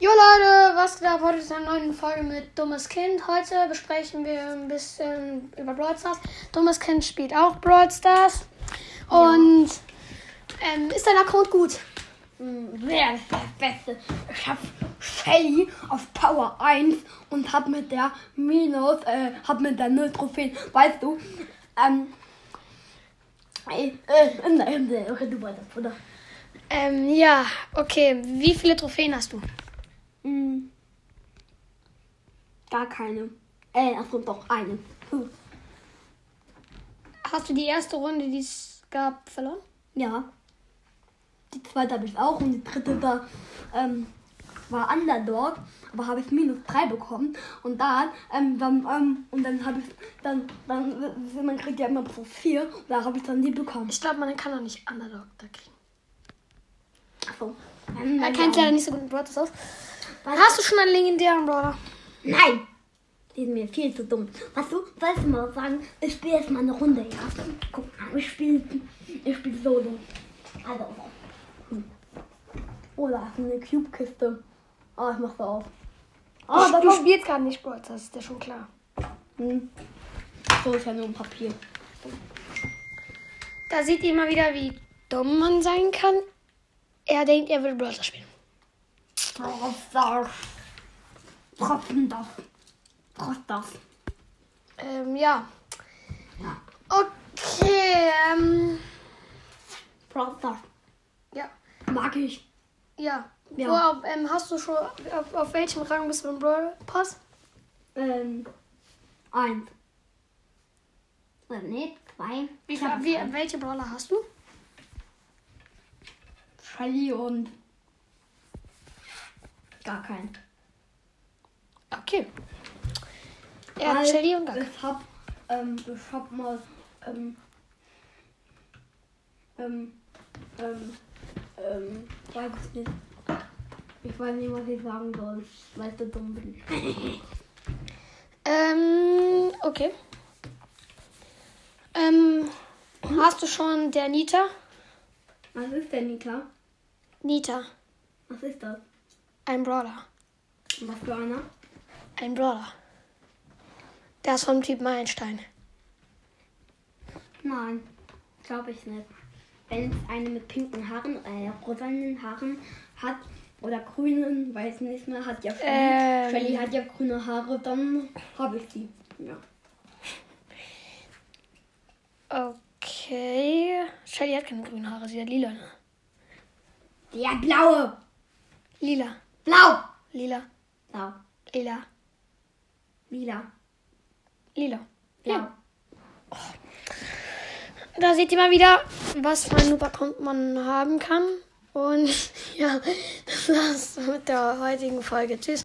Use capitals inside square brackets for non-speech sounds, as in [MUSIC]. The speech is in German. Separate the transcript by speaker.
Speaker 1: Jo Leute, was geht ab? Heute ist eine neue Folge mit Dummes Kind. Heute besprechen wir ein bisschen über Brawl Stars. Dummes Kind spielt auch Brawl Stars. Und ähm, ist dein Account gut?
Speaker 2: Wer ist der Beste? Ich hab Shelly auf Power 1 und hab mit der Minus, äh, hab mit der 0 Trophäen. Weißt du, ähm, äh, äh, nein, nein, okay, du weißt das, oder?
Speaker 1: Ähm, ja, okay. Wie viele Trophäen hast du?
Speaker 2: Mm. Gar keine. Äh, achso, doch, eine. Hm.
Speaker 1: Hast du die erste Runde, die es gab, verloren?
Speaker 2: Ja. Die zweite habe ich auch und die dritte da ähm, war Underdog, aber habe ich minus 3 bekommen. Und dann, ähm, dann, ähm, und dann habe ich, dann, dann, man kriegt ja immer pro 4 und da habe ich dann die bekommen.
Speaker 1: Ich glaube, man kann doch nicht Underdog da kriegen.
Speaker 2: Achso.
Speaker 1: Er kennt leider nicht so gut mit Brawl Stars aus. Hast du schon einen legendären Brawler?
Speaker 2: Nein! Die sind mir viel zu dumm. Weißt du, sollst du mal sagen, ich spiele jetzt mal eine Runde, ja? Guck mal, ich spiele ich spiel Solo. Also. hm. Oh, da ist eine Cube-Kiste. Oh, ich mach sie auf. Oh, da
Speaker 1: du
Speaker 2: kommt.
Speaker 1: spielst gerade nicht Brawl Stars, ist ja schon klar.
Speaker 2: Hm. So ist ja nur ein Papier.
Speaker 1: Da sieht ihr mal wieder, wie dumm man sein kann. Er denkt, er will Brawl Stars spielen.
Speaker 2: Prostas. Tropfen das. Prostas.
Speaker 1: Ähm, ja. Okay, ähm,
Speaker 2: Prostas.
Speaker 1: ja.
Speaker 2: Mag ich.
Speaker 1: Ja.
Speaker 2: Ja.
Speaker 1: Wo, auf, ähm, hast du schon, auf, auf welchem Rang bist du im Brawl Pass?
Speaker 2: Ähm. Eins. Oder nee, zwei.
Speaker 1: Wie,
Speaker 2: Ich hab
Speaker 1: wie, welche Brawler hast du?
Speaker 2: Shelly und. Gar keinen.
Speaker 1: Okay. Er hat
Speaker 2: Weil
Speaker 1: Shelly und Gag.
Speaker 2: Ich hab, ähm, ich hab mal, ähm, ähm, ähm, ähm, weiß ich nicht. Ich weiß nicht, was ich sagen soll, weil ich so dumm bin.
Speaker 1: Ähm, okay. Ähm, hast du schon der Nita?
Speaker 2: Was ist denn, Nika?
Speaker 1: Nita,
Speaker 2: Was ist das?
Speaker 1: ein Brawler.
Speaker 2: Und Was für einer?
Speaker 1: Ein Brawler. Der ist vom Typ Meilenstein.
Speaker 2: Nein, glaube ich nicht. Wenn es eine mit pinken Haaren, äh, rosanen Haaren hat oder grünen, weiß nicht mehr, hat ja Shelly.
Speaker 1: Ähm.
Speaker 2: Shelly hat ja grüne Haare, dann habe ich die. Ja.
Speaker 1: Okay. Shelly hat keine grünen Haare, sie hat lila. Ne?
Speaker 2: Der blaue!
Speaker 1: Lila,
Speaker 2: Blau!
Speaker 1: lila,
Speaker 2: Blau.
Speaker 1: lila,
Speaker 2: Lila.
Speaker 1: lila.
Speaker 2: Blau.
Speaker 1: Da seht ihr mal wieder, was für ein Noob-Account [LAUGHS] man haben kann. Und ja, das war's mit der heutigen Folge. Tschüss.